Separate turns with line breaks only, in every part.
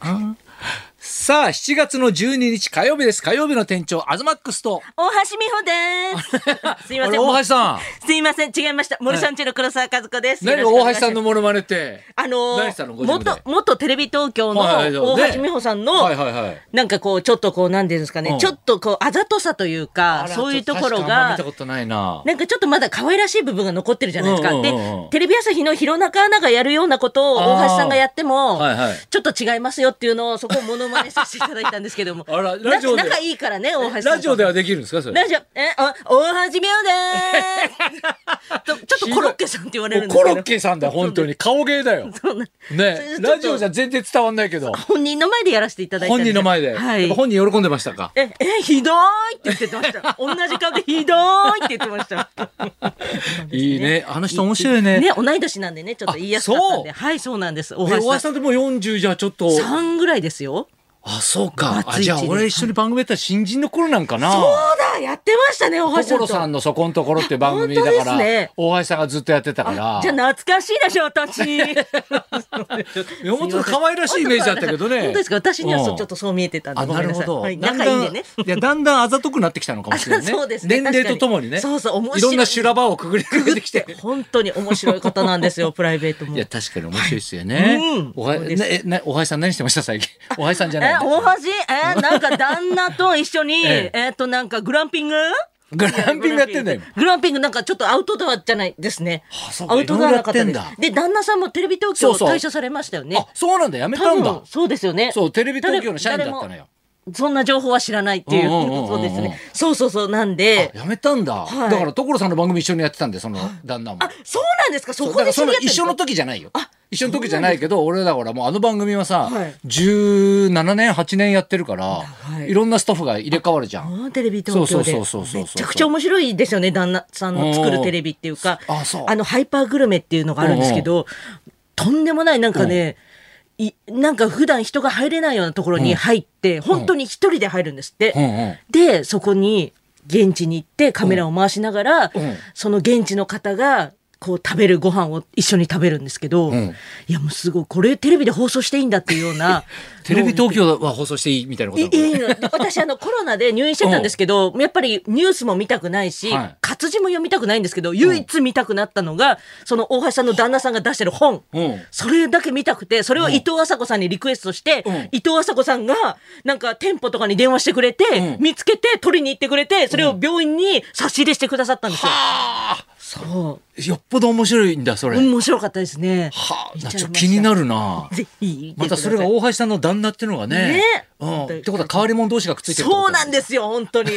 あさあ、7月の12日火曜日です。火曜日の店長、アズマックスと。
大橋美 穂です。すいま
あれ
せん。
大橋さ
すいません。違いました。モルシャンチェの黒沢和子です。
ん。何
よろしくお願
大
い
橋
し
さ
ます
んの。モノマネって。
あの
何したのご
ー、
自分で
元、元テレビ東京の
はいはいはい
大
ね
橋美穂さんの
はい、はいはい。
なんかこう、ちょっとこう、なんていうんですか
うん
ね、ちょっとこう、あざとさというか、そういうところ
確かあんま
が
見た、ことないな。
なんかちょっとまだ可愛らしい部分が残ってるじゃないです
うん
か。
うんう
で
んうん、
テレビ朝日の弘中アナがやるようなことを
あー
大橋さんがやっても
はいはい、
ちょっと違いますよっていうのを、そこをモノマネさせていただいたんですけども
。あら
な
ラジオで
仲いいからね、大橋さん。
ラジオではできるんですか、それ。
ラジオ、え、あ、大橋みおでーすとちょっとコロッケさんって言われるんです
コ
けど。
ロッケさんだよ、本当に。顔芸だよ。
そうな
ね
それちょっと
ラジオじゃ全然伝わんないけど、
本人の前でやらせていただいたん
本
です
人の前で。
は
やっ
い
ぱ。本人喜んでましたか。
え、え、ひどいって言ってました。同じ顔でひどいって言ってました。
いいね。あの人面白いね。
ね、同い年なんでね、ちょっと言いやすかったんで。はい、そうなんです。大
え大
橋
橋
さ
さんってもう40じゃちょっと。
ん。3ぐらいですよ。
あ、そうか。
バツイ
あ、
チ
じゃあ
で
俺一緒に番組やったら新人の頃なんかな。
そうだやってましたね、大橋さん
所
と。
さんのそこんところって番組だか
あ本当
ら、
ですね
大橋さんがずっとやってたから。
じゃあ懐かしいでし ょ、私。
いや本当に可愛らしいイメージだったけどね。
本当ですか私にはそうちょっ
と。
とそう見えてたんで。
あ、
ご
な
めん
るほ
さい
ど。
はい、
だんだ
仲
ん
いいんでね。
いや、だんだんあざとくなってきたのかもしれないね。
あそうですね
年齢とともにね。
確かにそうそう面白い
いろんな修羅場をくぐり抜けてき て。
本当に面白い方なんで すよ、プライベートも。
いや、
え、
確かに面白いですよね。
はいうん
おは、
そう
ね
です、
えね、おはやさん何してました最近。 おはやさんじゃない
大。橋、 え、なんか旦那と一緒に、
え
え
え
っと、なんかグランピング
グランピングやってんだよ。
グランピングなんかちょっとアウトドアじゃないですね
あそう。か
アウトドアな方
いろい
で
ろやっ
す。で、旦那さんもテレビ東京
そうそう
退社されましたよね
あ。、そうなんだ。やめたんだ。
そうですよね。
そう、テレビ東京の社員だったの
誰も。
よ。
そんな情報は知らないっていう。
うんうんうんうんうん
そうですね。そうそうそう。なん
あ
で、。
やめたんだ。
はい
だから、所さんの番組一緒にやってたんで、その旦那も。
あ、そうなんですかそ
そう
こ
だから
で知
そ
り合
の
ったんで
一
すか
緒の時じゃないよ。一緒の時じゃないけど、俺だからもうあの番組はさ、
はい
17年、8年やってるから、
はい
いろんなスタッフが入れ替わるじゃん。
あーテレビ東京で
そうそうそうそうそう
めちゃくちゃ面白いですよね旦那さんの作るテレビっていうか
あそう
のハイパーグルメっていうのがあるんですけどとんでもないなんかねいなんか普段人が入れないようなところに入って本当に一人で入るんですって、
うんうん
でそこに現地に行ってカメラを回しながら、
うん
その現地の方がこう食べるご飯を一緒に食べるんですけど、
ん
いやもうすごいこれテレビで放送していいんだっていうような
テレビ東京は放送していいみたいなこと
い
なの
いいの私あのコロナで入院してたんですけど、やっぱりニュースも見たくないし、
はい
活字も読みたくないんですけど唯一見たくなったのが、その大橋さんの旦那さんが出してる本、
うん
それだけ見たくてそれを伊藤麻子さんにリクエストして、
うん
伊藤麻子さんがなんか店舗とかに電話してくれて、
うん
見つけて取りに行ってくれてそれを病院に差し入れしてくださったんですよ。
あ
そ
ーよっぽど面白いんだ、そうれ。
面白かったですね。
はあ、
見ちゃいました
ちょっと気になるな。
ぜひ
またそれが
多
大橋さんの旦那っていうのがね。
ね
うん。ってことは変わり者同士がくっついてるってこと
そうなんですよ本当に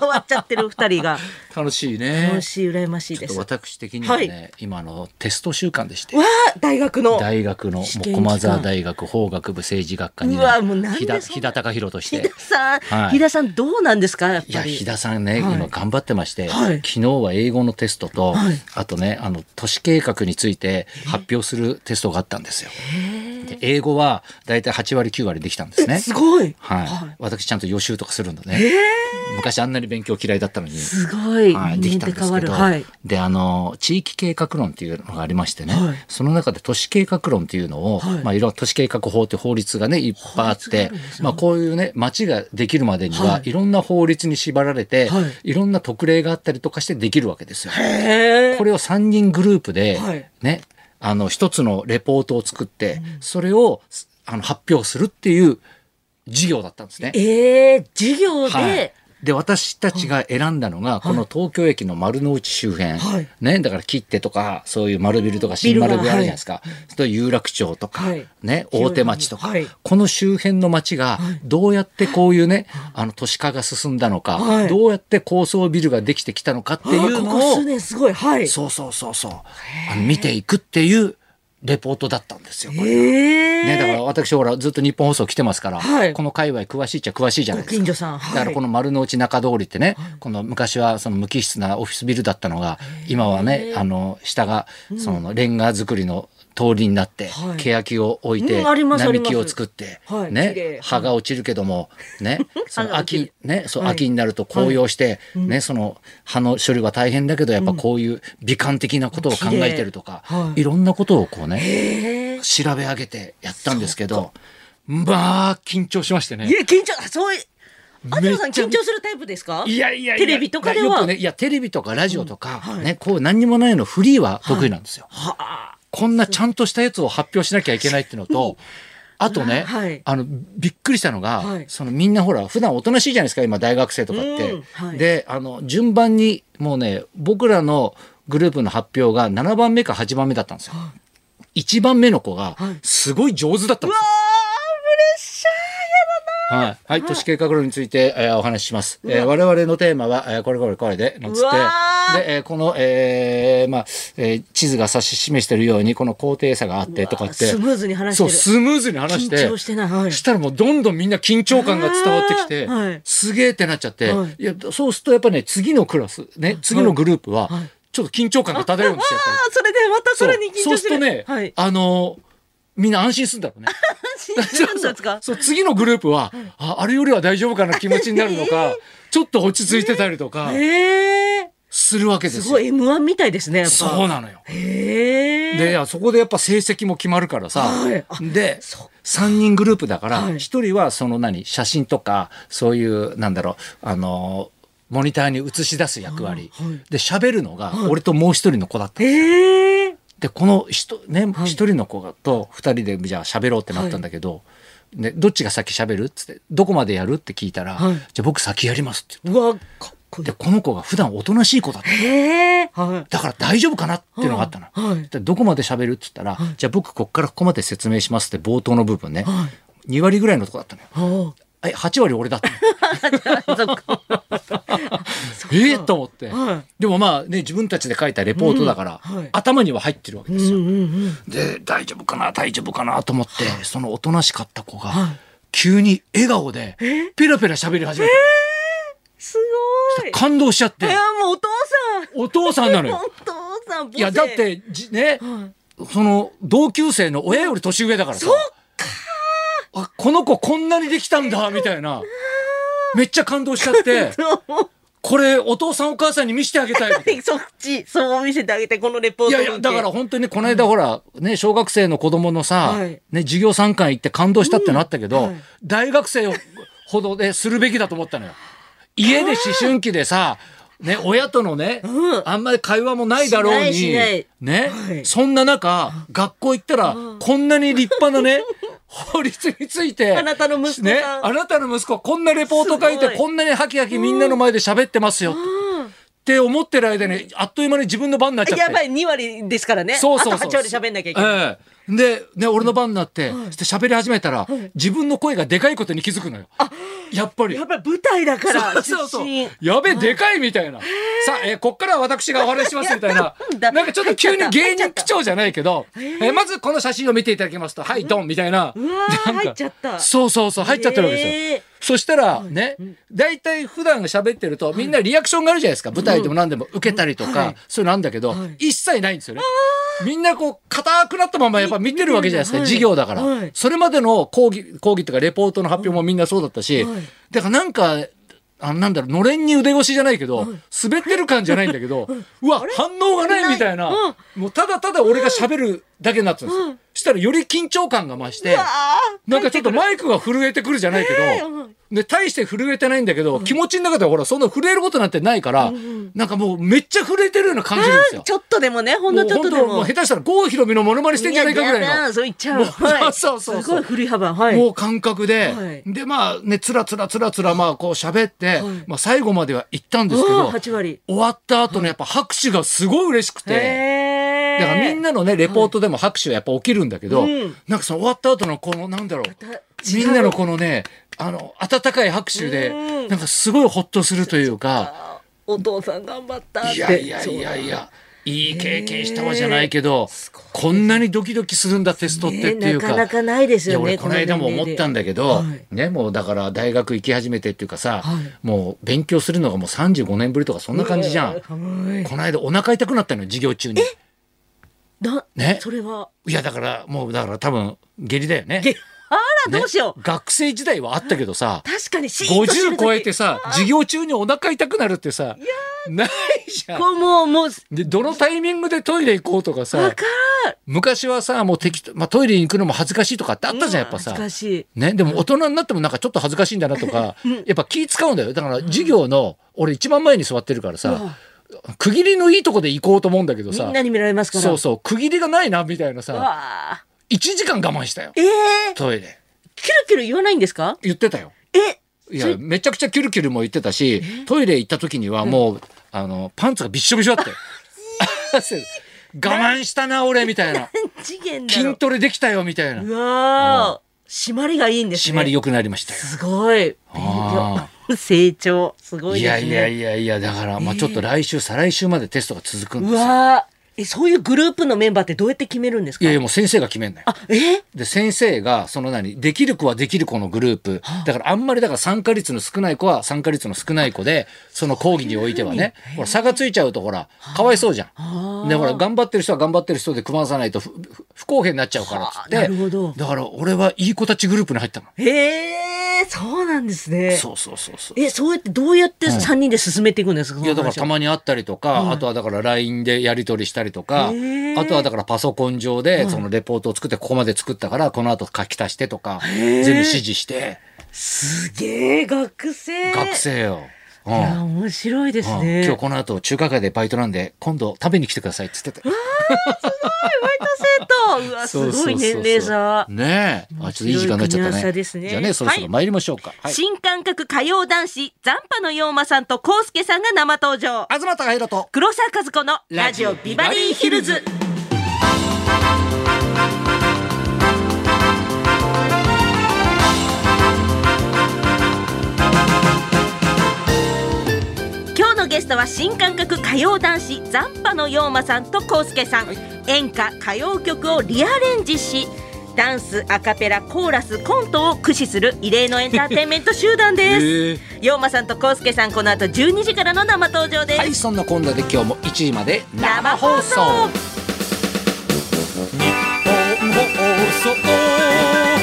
変わっちゃってる 二人が
楽しいね。
楽しい羨まし
ち
い
ょ
で
っと
す。
私的にはね、
は
今のテスト週間でして。
わあ大学の
大学のもう
試験期間
駒沢大学法学部政治学科に
うわもうなんで
飛田
そんな
飛田貴弘とし
日
て
田。さん、
はい
日田さんどうなんですかやっ
い
ぱ
や
り
飛田さんね、
はい
今頑張ってまして、
はい
昨日は英語のテストと、
はい
あとねあの都市計画について発表するテストがあったんですよ。で英語はだいたい8割9割できたんですね。
すごい、
はい、
は
私ちゃんと予習とかするんだね、昔あんなに勉強嫌いだったのに、
すごい、
はい、できたんですけど、
はい、
であの地域計画論っていうのがありましてね、
はい
その中で都市計画論っていうのを、
はい
いまあ、いろんな都市計画法って法律がねいっぱいあっ
法律があ
て
るんですね
まあ、こういうね町ができるまでには、、
はい
ろんな法律に縛られて、、
はい
ろんな特例があったりとかしてできるわけですよ。
へー
これを3人グループで、
はい
ねあの一つのレポートを作って、それをあの発表するっていう授業だったんですね。
えー、授業で、
はい、で私たちが選んだのが、この東京駅の丸の内周辺、
はい
ね、だから切手とかそういう丸ビルとか新丸ビルあるじゃないですか、それと有楽町とか、
はい
ね、大手町とか、
はい
この周辺の町がどうやってこういうね、あの都市化が進んだのか、
はい
どうやって高層ビルができてきたのかってい
あ
う
ーこ
の
こ
を
数年すごいはい
そうそうそうそうあの見ていくっていうレポートだったんですよ。これ
えー
ね、だから私ほらずっと日本放送来てますから、
はい
この界隈詳しいっちゃ詳しいじゃない
ご
ですか。
近所さん、はい、
だからこの丸の内中通りってね、この昔はその無機質なオフィスビルだったのが今はねあの下がそのレンガ造りの通りになって、
はい
欅を置いて、
うんあります
並木
ありま
を
す
作って、
はい綺
ね
麗
葉が落ちるけども、 ねその
葉が落ち
秋
る
ねそう、
はい
秋になると紅葉して、ねその葉の処理は大変だけどやっぱこういう美観的なことを考えてるとか、
綺麗はい
いろんなことをこうね
えー
調べ上げてやったんですけどまあ緊張しまして
い
ね
や、緊張、あそうい、あ
め
と
っ
さん
ちゃ
緊張するタイプですか
いやいやいや
テレビとかでは
よくねいやテレビとかラジオとか、
うんはい
ねこういう何にもないのフリーは得意なんですよ、
はあ、
こんなちゃんとしたやつを発表しなきゃいけないっていうのと、あとね、
はい
あの、びっくりしたのが、
はい
そのみんなほら、普段おとなしいじゃないですか、今大学生とかって。
うんはい
で、あの、順番に、もうね、僕らのグループの発表が7番目か8番目だったんですよ。1番目の子が
はい、
すごい上手だったんで
うわ
すよ。
ー、プレッシャー
はい。はい。都市計画論について、えーお話しします。えー我々のテーマは、えーこれこれこれで、なんつっ
うわ
て。
ー
で、えーこの、えーまあ、えー地図が指し示してるように、この高低差があってとかって。
スムーズに話して
そう
る。
スムーズに話して
緊張してないはい
したらもうどんどんみんな緊張感が伝わってきて、
あーはい
すげえってなっちゃって、
はい
い、やそうするとやっぱね次のクラスね次のグループはちょっと緊張感が漂うんです よ。やっぱり
あーそれでまたさらに緊張してる。
そうそうするとね、
はい。
あのーみんな安心するんだろうね。
緊張するんですか
そう次のグループはああれよりは大丈夫かな気持ちになるのか、ちょっと落ち着いてたりとか
へえ
するわけです
ー、
よ。
すごい M1 みたいですね、やっぱ。
そうなのよ。
へえ
で、いやそこでやっぱ成績も決まるからさ、
はいあ
で
そっ、
3人グループだから、
はい
1人はその何、写真とか、そういう、なんだろう、あの、モニターに映し出す役割。
はいはい
で、喋るのが、俺ともう1人の子だった。
へえ
で、この人、ね、1
い
人の子がと2人で、じゃあ喋ろうってなったんだけど、ね、どっちが先喋るっつって、どこまでやるって聞いたら、
はい
じゃあ僕先やりますって
うわ、かっこ
言っ
いい
て。で、。この子が普段おとなしい子だった。
へえはい。
だから大丈夫かなっていうのがあったの。
はいはい
でどこまで喋るって言ったら、じゃあ僕こっからここまで説明しますって冒頭の部分ね、
は
2割ぐらいのとこだったのよ。
あ
え、8割俺だ ったの。
あ、そっか。
ええと思って、
は
でもまあね、自分たちで書いたレポートだから、
うんはい
頭には入ってるわけ
う
で
ん
すよ。
うんうん。
で、大丈夫かな、大丈夫かなと思って、そのおとなしかった子が、
はい
急に笑顔で、ペラペラ喋り始め
す
た、
ごい。
感動しちゃっ
い
て
や、、もうお父
お父さんな
さ
の
ん。
よ。
お父さん、
いや、だっ。て、じね、
はい
その同級生の親より年上だからさ。
そっ
あこの子こんなにできたんだみたいな。めっちゃ感動しちゃ って、
そう
これお父さんお母さんに見せてあげたいみたいな。
そっち、そう見せてあげて、このレポー
い
ト
や
見
い
て。
や、だから本当にこの間ほら、ね、小学生の子供のさ、
はい
ね、授業参観行って感動したってのあったけど、
うんはい
大学生ほどでするべきだと思ったのよ。家で思春期でさ、ね、親とのね、
うん
あんまり会話もないだろうに、
しないし
ね、
はい
そんな中、学校行ったら、こんなに立派なね、 法律について、
あなたの息子さん
ね、あなたの息子、こんなレポート書い
す
て
ご、い
こんなにハキハキみんなの前で喋ってますよって、って思ってる間に、あっという間に自分の番になっちゃって。
やばい、2割ですからね。
そうそうそう。
あと8割喋んなきゃいけない。
ええで、ね、俺の番になって、そして喋り始めたら、自分の声がでかいことに気づくのよ。やっぱり
や。っぱり舞台だから、出身。。
そうそうそう。やべえ、でかいみたいな。さあ、えーこっからは私がお話ししますみたいな
なん
な
だ
んかちょっと急に芸
入っちゃ
人
っ
口
た
調じゃないけど、えーまずこの写真を見ていただきますと、はい、ドンみたいな。
うわ
な
ー、
んか
入っちゃった。
そうそうそう、入っちゃってるわけですよ。
へー
そしたらね、大体普段喋ってるとみんなリアクションがあるじゃないですか。舞台でも何でも受けたりと
うんは
か
い、
そういうのあるんだけど
はい、
一切ないんですよね。みんなこう、硬くなったままやっぱ見てるわけじゃないですか。
はい
授業だから
はい。
それまでの講義、講義とかレポートの発表もみんなそうだったし
はい、
だからなんか、あのなんだろう、のれんに腕越しじゃないけど、滑ってる感じゃないんだけど、うわ、反応がないみたいな
うん、
もうただただ俺が喋るだけになってたんですよ。したらより緊張感が増して、
あー
なんかちょっとマイクが震えてくるじゃないけ
ええ
ど、
うん
で、大して震えてないんだけど、気持ちの中ではほら、そんな震えることなんてないから、なんかもうめっちゃ震えてるような感じるんですよ。
ちょっとでもね、ほんのちょっと
も
で
う本当
も
もう。下手したら郷ひろみのモノマネしてんじゃないかぐらい
やだ
の。
なそう言っちゃう。
もう
はい
そうそうそう
すごい振り幅。はい。
もう感覚で、
はい
でまあねつらつらつらつらまあこう喋って、
はい
まあ最後までは行ったんですけど
うん8割。
終わった後のやっぱ拍手がすごい嬉しくて、
へー
だからみんなのねレポートでも拍手はやっぱ起きるんだけど、
うん
なんかその終わった後のこのなんだろう
た
みんなのこのね、あの、温かい拍手
う
で、
ん
なんかすごいほっとするというか、
あお父さん頑張ったって。
いやいやいやい
そうだ。
や、いい経験したわじゃないけど
すごい、
こんなにドキドキするんだテストってっていう
ねなかな
か。
かないです
いや
よね。
俺この間も思ったんだけど
この年齢では
ね、
い、
もうだから大学行き始めてっていうかさ
はい、
もう勉強するのがもう35年ぶりとかそんな感じじゃん。
はい
この間お腹痛くなったのよ、授業中に。
な、
ね
それは。
いやだから、もうだから多分、下痢だよね。
げあら、
ね
どうしよう。
学生時代はあったけどさ、
確かにシーンとしてる
50
時
超えてさ、授業中にお腹痛くなるってさ、ないじゃん。
こうもう、もう、
で、どのタイミングでトイレ行こうとか
わ
さ、
からん。
昔はさもう適当、まあ、トイレに行くのも恥ずかしいとかってあったじゃんやっぱさ、
難しい。
ね、でも大人になってもなんかちょっと恥ずかしいんだなと か、やっぱ気使うんだよだから授業の、俺一番前に座ってるから
うわ
さ区切りのいいとこで行こうと思うんだけど
み
さ
んなに見られますから。
そうそう区切りがないなみたいな
う
さ
わあ
1時間我慢したよ
ええ
トイレ
キュルキュル言わないんですか？
言ってたよ
え、
いやめちゃくちゃキュルキュルも言ってたしトイレ行った時にはもう、あのパンツがびっしょびしょだって汗 我慢したな俺みたいな
何次元だろ
筋。トレできたよみたいな
うわあ、締まりがいいんですね。
締まり良くなりましたよ
すごい。勉
あ
強成長すごい
い
です
や
ね。
いやいやいやだから、まあちょっと来週再来週までテストが続くんです
う
よ
わあ、えそういうグループのメンバーってどうやって決めるんです
い
か？
やいやもう先生が決めんのよ
あ、え、
で先生がその何できる子はできる子のグループだからあんまりだから参加率の少ない子は参加率の少ない子でその講義においてはねほら差がついちゃうとほらかわいそうじゃ
あ
ん。でほら頑張ってる人は頑張ってる人で組まさないとふふ不公平になっちゃうからっつって
はあなるほど
だから俺はいい子たちグループに入ったの。
えー、そうなんですね。
そうそうそうそう
え、そうやってどうやって三人で進めていくんですか？
いやだからた
ま
まに会ったりとか、あとはだから LINE でやり取りしたりとか、
へー
あとはだからパソコン上でそのレポートを作ってここまで作ったからこの後書き足してとか、全部指示して
すげえ学生。
学。生よ、うん
いや面白いです
うん
ね。
今日この後中華街でバイトなんで今度食べに来てくださいっつってて
生徒うわすごい年齢差。
ねえあちょっといい時間になっちゃっ
面白い組み合わ
た
せ
ね
ですね
じゃあねそろそろ参りましょうか、はい
新感覚歌謡男子ザンパの陽馬さんとコウスケさんが生登場
東貴弘と
黒沢和子のラジオビバリーヒルズ今日のゲストは新感覚歌謡男子ザンパの陽馬さんとコウスケさん、
はい
演歌歌謡曲をリアレンジしダンスアカペラコーラスコントを駆使する異例のエンターテインメント集団です陽馬さんとコウスケさんこの後12時からの生登場です、
はいそんなこんなで今日も1時まで
生放送
日本放送